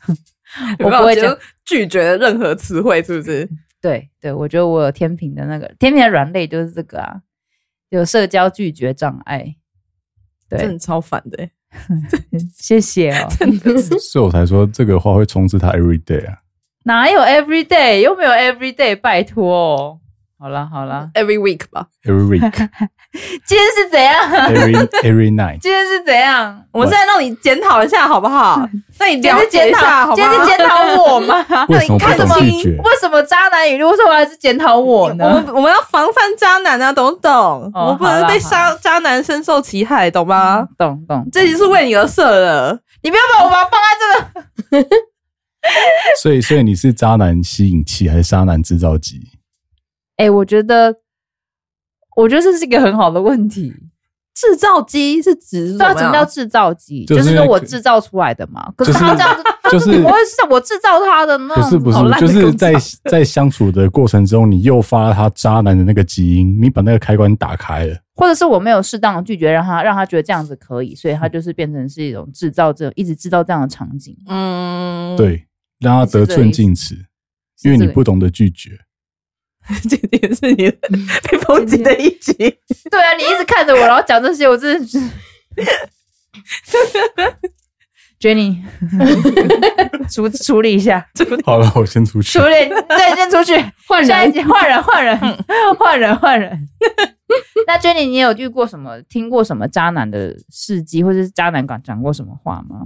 A: 我不会这样。
B: 拒绝任何词汇，是不是？
A: 对对，我觉得我有天平的那个天平的软肋就是这个啊，有社交拒绝障碍。
B: 真
A: 对
B: 的，超烦的、欸。
A: 谢谢哦。
C: 所以我才说这个话会充斥他 every day 啊。
A: 哪有 every day？又没有 every day，拜托。好啦好啦，
B: every week 吧。
A: [laughs]
C: every week
A: 今天是怎样？ [laughs]
C: every every night。
A: 今天是怎样？
B: 我们现在让你检讨一下好不好？那你
A: 今天
B: 了
A: 是
B: 解
A: 检
B: 一下
A: 讨，
B: 好
A: 今
B: 吗？
A: 天是检讨我吗？
C: [laughs] 为什么不懂拒绝？
A: 为什么渣男语录？为什么还是检讨我
B: 我
A: 呢？
B: 们我们要防范渣男啊，懂不懂？我们不
A: 好
B: 能
A: 啦
B: 被
A: 好
B: 渣渣男深受其害，懂吗？
A: [laughs] 懂懂，
B: 这集是为你而设的，
A: 你不要把我把它放在这个。 [laughs]
C: 所以所以你是渣男吸引器还是渣男制造机？
A: 哎、我觉得，我觉得这是一个很好的问题。
B: 制造机是指
A: 知
B: 什
A: 道
B: 啊么
A: 什么叫
B: 呀？
A: 制造机？
C: 就
A: 就是是
C: 因为
A: 说我
C: 可
A: 制造出来的嘛。可是
C: 就是
A: 他这样子，
C: 就是
A: 我是我制造他的那
C: 不
A: 种
C: 是不
A: 嗯
C: 是
A: 好烂，的
C: 就是
A: 工作
C: 在在相处的过程中，你诱发他渣男的那个基因，你把那个开关打开了，
A: 或者是我没有适当的拒绝，让他让他觉得这样子可以，所以
C: 嗯
A: 他就是变成是一种制造这种一直制造这样的场景。
B: 嗯，，
C: 对，让他得寸进尺，因为你不懂得拒绝。
B: [laughs] 这也是你的被抨击的一集。
A: 对啊，你一直看着我，然后讲这些，我真的
C: [laughs]
A: 是
C: [laughs]
A: Jenny 处处理一下，
C: 好了，我先出去
A: 处。理对，先出去，
E: 换
A: 下一
E: 人
A: 集换人换人
C: 嗯
A: 换人换人。 [laughs] 那 Jenny，你有遇过什么、听过什么渣男的事迹，或者是渣男讲讲过什么话吗？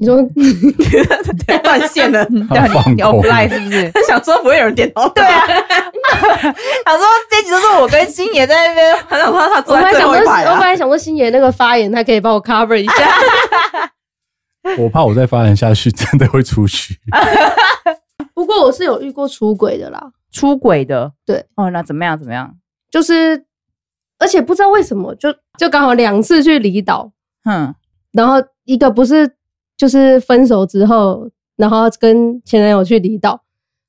D: 你
C: [laughs]
D: 说
B: 断线了，
C: 嗯他放
A: 你 o
C: 空
A: f 是不是？
B: 想说不会有人点头，对
A: 对啊，想说这集都是我跟星爷在那边，
B: 他想说他
D: 我
B: 坐
D: 本
B: 在
D: 来
B: 最
D: 想
B: 后
D: 说，
B: 一排
D: 我本
B: 啊。
D: 来想说星爷那个发言，他可以帮我 cover 一
C: [laughs]
D: 下。
C: 我怕我再发展下去，真的会
A: [laughs]
C: 出去。
A: 啊
D: 不过我是有遇过出轨的啦，
A: 出轨的。
D: 对，
A: 哦，那怎么样？怎么样？
D: 就是而且不知道为什么，就就刚好两次去离岛，
A: 哼，
D: 然后一个不是就是分手之后，然后跟前男友去离岛，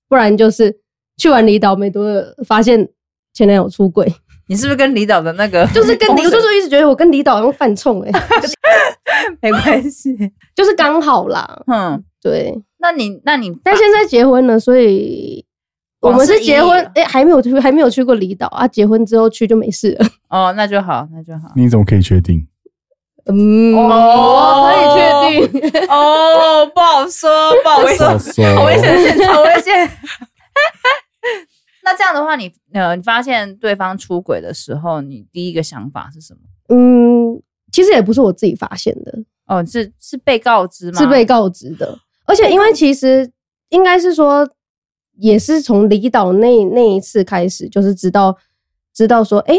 D: 不然就是去完离岛没多久发现前男友出轨，
A: 你是不是跟离岛的那
D: [laughs]
A: 个
D: 就是跟
A: 风
D: 离，
A: 水
D: 我就是一直觉得我跟离岛好像犯冲哎、
A: 没关系？
D: 就是刚好啦，
A: 哼，
D: 对。
A: 那你那你
D: 但现在结婚了，所以我们是结
A: 往
D: 婚
A: 事已矣，
D: 哎、还没有去，还没有去过离岛啊。结婚之后去就没事了。
A: 哦，那就好，那就好。
D: [laughs]
C: 你怎么可以确定？
D: 嗯，
A: 哦
D: 可以确定。
A: 哦，不好说，不好
C: 好
A: 说，
C: 说，
A: 好危险，现场危险。 [laughs] 那这样的话你，呃，你发现对方出轨的时候，你第一个想法是什么？
D: 嗯，其实也不是我自己发现的，
A: 哦，是是被告知吗？
D: 是被告知的。而且因为其实应该是说，也是从离岛那那一次开始，就是知道知道说，哎、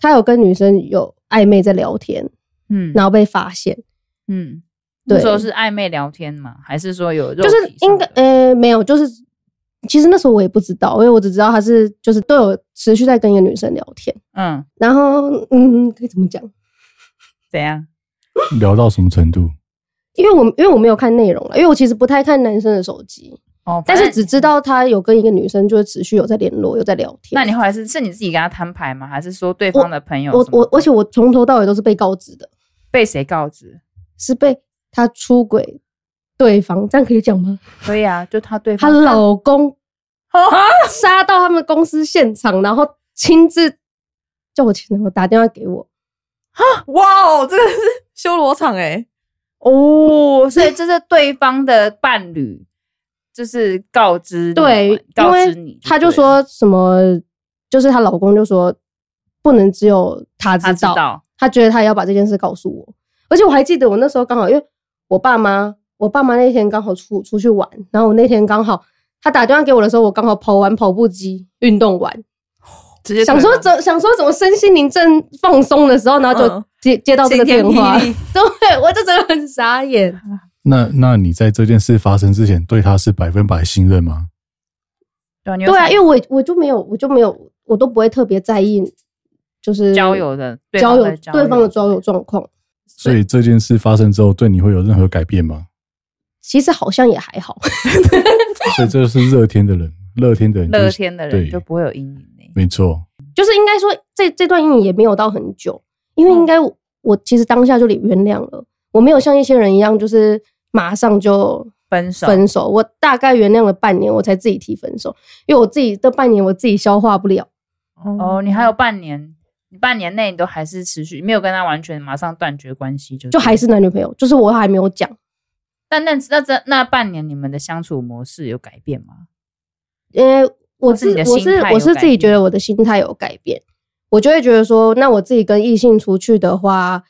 D: 他有跟女生有暧昧在聊天，
A: 嗯
D: 然后被发现，
A: 嗯，
D: 对
A: 那时候是暧昧聊天嘛，还是说有肉体
D: 就
A: 上的
D: 是应该呃没有，就是其实那时候我也不知道，因为我只知道他是就是都有持续在跟一个女生聊天，
A: 嗯
D: 然后嗯可以怎么讲？
A: 怎样？
C: 聊到什么程度？
D: 因为我因为我没有看内容啊了，因为我其实不太看男生的手机，
A: 哦，反
D: 但是
A: 正
D: 只知道他有跟一个女生就是持续有在联络，有在聊天。
A: 那你后来是是你自己跟他摊牌吗？还是说对方的朋友
D: 我
A: 什么
D: 我而且我从头到尾都是被告知的，
A: 被谁告知？
D: 是被她出轨对方，这样可以讲吗？
A: 可以啊，就他对
D: 她
A: 方
D: 老公杀到他们公司现场，然后亲自叫我前男友打电话给我，
B: 哇哦，这个是修罗场哎，
A: 哦，所以这是对方的伴侣，就是告知你
D: 对，因
A: 告知
D: 为
A: 你，
D: 她就说什么，就是她老公就说不能只有她
A: 他知道，
D: 他觉得他也要把这件事告诉我。而且我还记得我那时候刚好，因为我爸妈，我爸妈那天刚好出出去玩，然后我那天刚好他打电话给我的时候，我刚好跑完跑步机运动完，
B: 直接
D: 想说
B: 这
D: 怎想说怎么身心灵正放松的时候，然后就
B: 嗯
D: 接、接到这个电话，
B: 晴天霹
D: [laughs] 对我就真的很傻眼。
C: 那那你在这件事发生之前，对他是百分百信任吗？
A: 对啊，你有
D: 对啊，
A: 什
D: 因为我我就没有我就没有我都不会特别在意，就是
A: 么交友的对
D: 交
A: 方
D: 友
A: 的
D: 对方的交友状况。
C: 所以这件事发生之后，对你会有任何改
A: [laughs]
C: 变吗？
D: 其实好像也还好，
C: 所以这就是乐天的人，乐天的人、就是，
A: 乐天的人
C: 对
A: 就不会有阴影呢。
C: 没错，
D: 就是应该说这这段阴影也没有到很久，
A: 嗯
D: 因为应该我,、其实当下就原谅了，我没有像一些人一样就是马上就
A: 分手
D: 分手，我大概原谅了半年，我才自己提分手，因为我自己这半年我自己消化不了，
A: 哦，你还有半年，你半年内你都还是持续没有跟他完全马上断绝关系，就
D: 就还
A: 是
D: 是男女朋友，就是我还没有讲，
A: 但那那这那半年你们的相处模式有改变吗？
D: 因为我
A: 或是
D: 自
A: 你哦的
D: 我
A: 心
D: 是
A: 态
D: 我
A: 有改
D: 是自己
A: 变
D: 觉得我的心态有改变，我就会觉得说，那我自己跟异性出去的话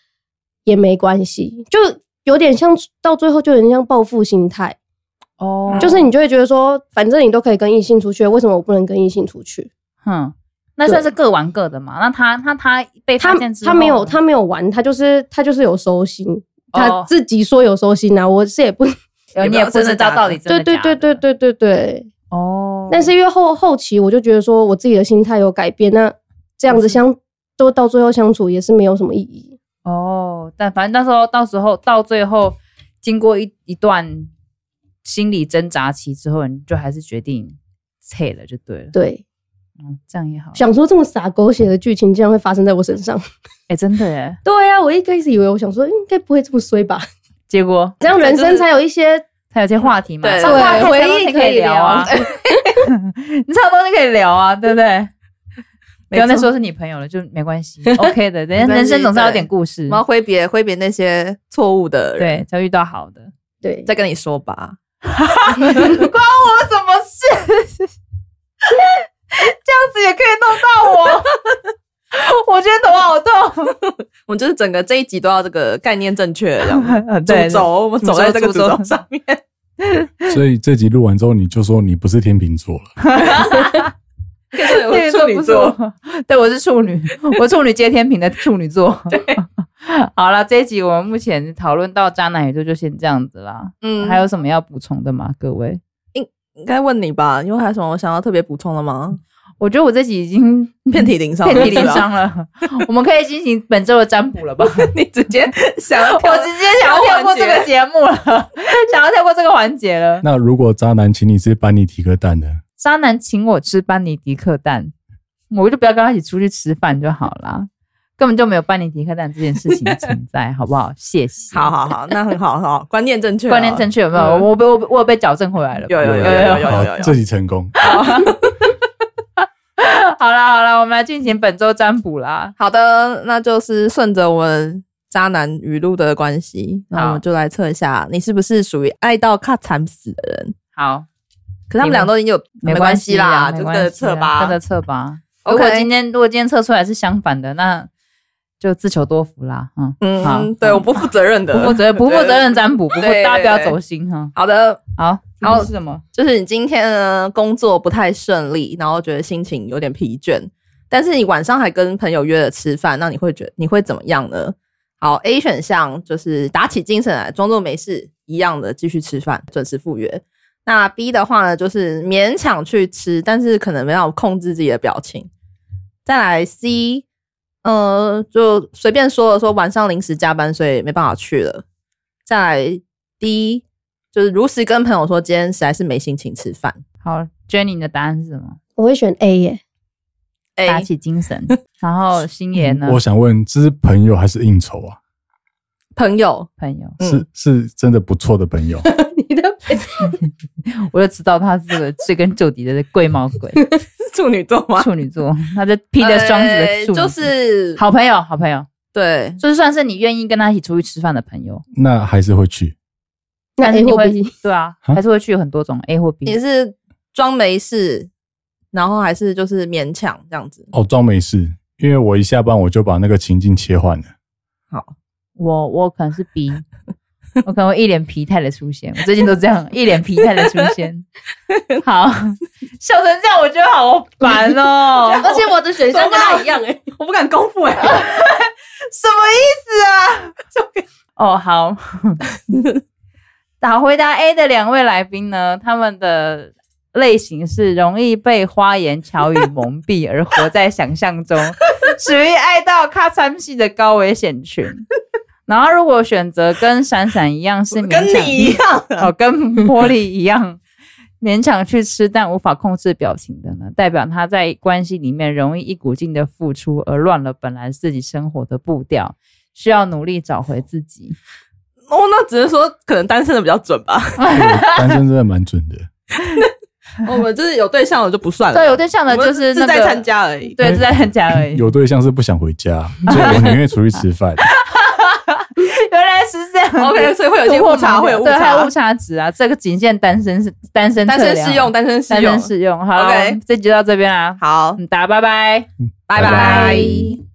D: 也没关系，就有点像到最后就有点像报复心态，
A: 哦
D: 就是你就会觉得说，反正你都可以跟异性出去，为什么我不能跟异性出去？
A: 哼，那算是各玩各的嘛。那他他他被
D: 他
A: 发现之后，
D: 他没有他没有玩，他就是他就是有收心，他
A: 哦
D: 自己说有收心啊，我是也不
A: 有，你也不知道到底真
D: 对
A: 的
D: 对
A: 假
D: 对
A: 的
D: 对对对对。
A: 哦。
D: 但是因为后后期我就觉得说我自己的心态有改变，那这样子相都到最后相处也是没有什么意义。
A: 哦，但反正到时候到时候到最后，经过一一段心理挣扎期之后，你就还是决定撤了，就对了。
D: 对，
A: 嗯，这样也好。
D: 想说这么傻狗血的剧情竟然会发生在我身上。 [laughs]
A: 哎、真的耶，
D: 对啊，我一开始以为我想说应该不会这么衰吧，
A: 结果
D: 这样人生才有一些
A: 才有些话题嘛，
B: 对
A: 上大
D: 对
A: 课
D: 回忆
A: 才
D: 可
A: 可
D: 以
A: 以聊啊， [laughs] 你上东西可以聊啊，对不对？不
B: 没
A: 要再
B: 错
A: 说是你朋友了，就没关系，OK [laughs] 的。人
B: 没
A: 家
B: 关
A: 人
B: 系
A: 生总是要有
B: 对
A: 点故事
B: 我，们要挥别挥别那些错误的人，
A: 对，才会遇到好的。
D: 对
B: 再跟你说吧。
A: 关我什么事？这样子也可以弄到我？我 [laughs] 今天头好痛。
B: 我们就是整个这一集都要这个概念正确，这
A: [laughs]
B: 样主轴，我们
A: 主轴
B: 走在这个主
A: 主轴
B: 轴上面。
C: 所以这集录完之后，你就说你不是天秤座了。
A: [laughs]
B: 可是 [laughs] 我
A: 对
B: 处女座，，
A: [laughs] 对，我是处女，我处女接天平的处女
B: [laughs]
A: 座。 [laughs] 好了，这一集我们目前讨论到渣男宇宙就先这样子啦。
B: 嗯，
A: 还有什么要补充的吗？各位，
B: 应该问你吧，因为还有什么想要特别补充的吗？
A: 我觉得我这集已
B: [laughs]
A: 经
B: 遍体鳞伤，
A: 遍体鳞
B: 是吧，
A: 伤
B: [laughs]
A: 了，我们可以进行本周的占卜了吧？
B: 你直接想要
A: [laughs]
B: 跳
A: 我直接想要跳过这个节目了， [laughs] 想要跳过这个环节了。
C: 那如果渣男请你吃班尼提克蛋的，
A: 渣男请我吃班尼迪克蛋， [laughs] 我就不要跟他一起出去吃饭就好啦。 [laughs] 根本就没有班尼迪克蛋这件事情存在，好不好？谢谢。
B: 好，好好，那很好，很好，观念正确啊，
A: 观念正确有没有？
B: 嗯
A: 我被我被我有被矫正回来了。
B: 有有有有有有有有
C: 好，这集成功。
A: [laughs] 好啦好啦，我们来进行本周占卜啦。
B: 好的，那就是顺着我们渣男语录的关系，那我
A: 好
B: 们就来测一下，你是不是属于爱到卡惨死的人？
A: 好，
B: 可是他们俩都已经有没关系啦，
A: 没
B: 就
A: 关
B: 跟
A: 系啦
B: 着测吧，
A: 跟着测吧。如
B: OK
A: 果今天如果今天测出来是相反的，那就自求多福啦。嗯，好
B: 嗯，对，我不负责任的，
A: 不负责任，不负责任占卜，不负
B: 对
A: 大家不要
B: 对
A: 走心哈。
B: 好的，
A: 好，
B: 然后
A: 是什么？
B: 就是你今天呢工作不太顺利，然后觉得心情有点疲倦，但是你晚上还跟朋友约了吃饭，那你会觉你会怎么样呢？好，A 选项就是打起精神来，装作没事一样的继续吃饭，准时赴约。那 B 的话呢，就是勉强去吃，但是可能没有控制自己的表情。再来 C，呃，就随便说了说晚上临时加班，所以没办法去了。再来 D，就是如实跟朋友说今天实在是没心情吃饭。
A: 好，Jenny 你的答案是什么？
D: 我会选
A: [laughs]
D: A 耶、
A: 打
B: A
A: 起精神。然后星爷呢？
C: 我想问，这是朋友还是应酬啊？
B: 朋友，
A: 朋友，
B: 嗯
C: 是是真的不错的
A: [laughs]
C: 朋友，
D: 你的
A: 我就知道他是个追根究底的龟毛鬼，
B: [laughs] 是处女座 [laughs] 吗？
A: 处女座，他就披着双子的
B: 呃
A: 处女座
B: 就是
A: 好朋友，好朋友，
B: 对
A: 就是算是你愿意跟他一起出去吃饭的朋友，
C: 那还是会去。
D: 那
A: 但是
D: A
A: 你
D: 或
A: 会
D: B，
A: 对啊，
C: 啊
A: 还是会去有很多种 A 或 B，
B: 你是装没事，然后还是就是勉强这样子。
C: 哦，装没事，因为我一下班我就把那个情境
A: [laughs]
C: 切换了。
A: 我我可能是 B，我可能会一脸疲态的出现，我最近都这样，一脸疲态的出现。好，笑成这样，我觉得好烦哦，
D: [laughs] 而且我的选项跟他一样哎、
B: 我不敢公布哎、
A: 什么意思啊？哦，好，打回答 A 的两位来宾呢，他们的类型是容易被花言巧语蒙蔽而活在想象
B: [laughs]
A: 中，属于爱到咔嚓系的高危险群。然后，如果选择跟闪闪一样是勉
B: 跟
A: 强
B: 你一样啊，
A: 哦，跟玻璃一样，勉强去吃但无法控制表情的呢，代表他在关系里面容易一股劲的付出，而乱了本来自己生活的步调，需要努力找回自己。
B: 哦，那只是说可能单身的比较准 [laughs] 吧。
C: 单身真的蛮准的，
B: 哦我们就是有对象了就不算了，
A: 对，有对象的
B: 呃我们
A: 就是
B: 是
A: 那
B: 在
A: 个
B: 参，加而已。
A: 对，哎是在参加而已。
C: 有对象是不想回家，所以我宁愿出去吃饭。
A: [laughs] 原来是这样子。
B: [laughs] OK，所以会有一些误差，会有误
A: 对，还有
B: 差
A: 误。差值啊。这个仅限单身是单身
B: 单
A: 测
B: 身
A: 量
B: 适用，，单身适
A: 单
B: 用
A: 身。适用。好
B: OK
A: 这集就到这边啦，
B: 好，
A: [laughs] 嗯嗯大家拜拜。
C: 嗯
B: 拜
C: 拜
B: 拜
C: 拜。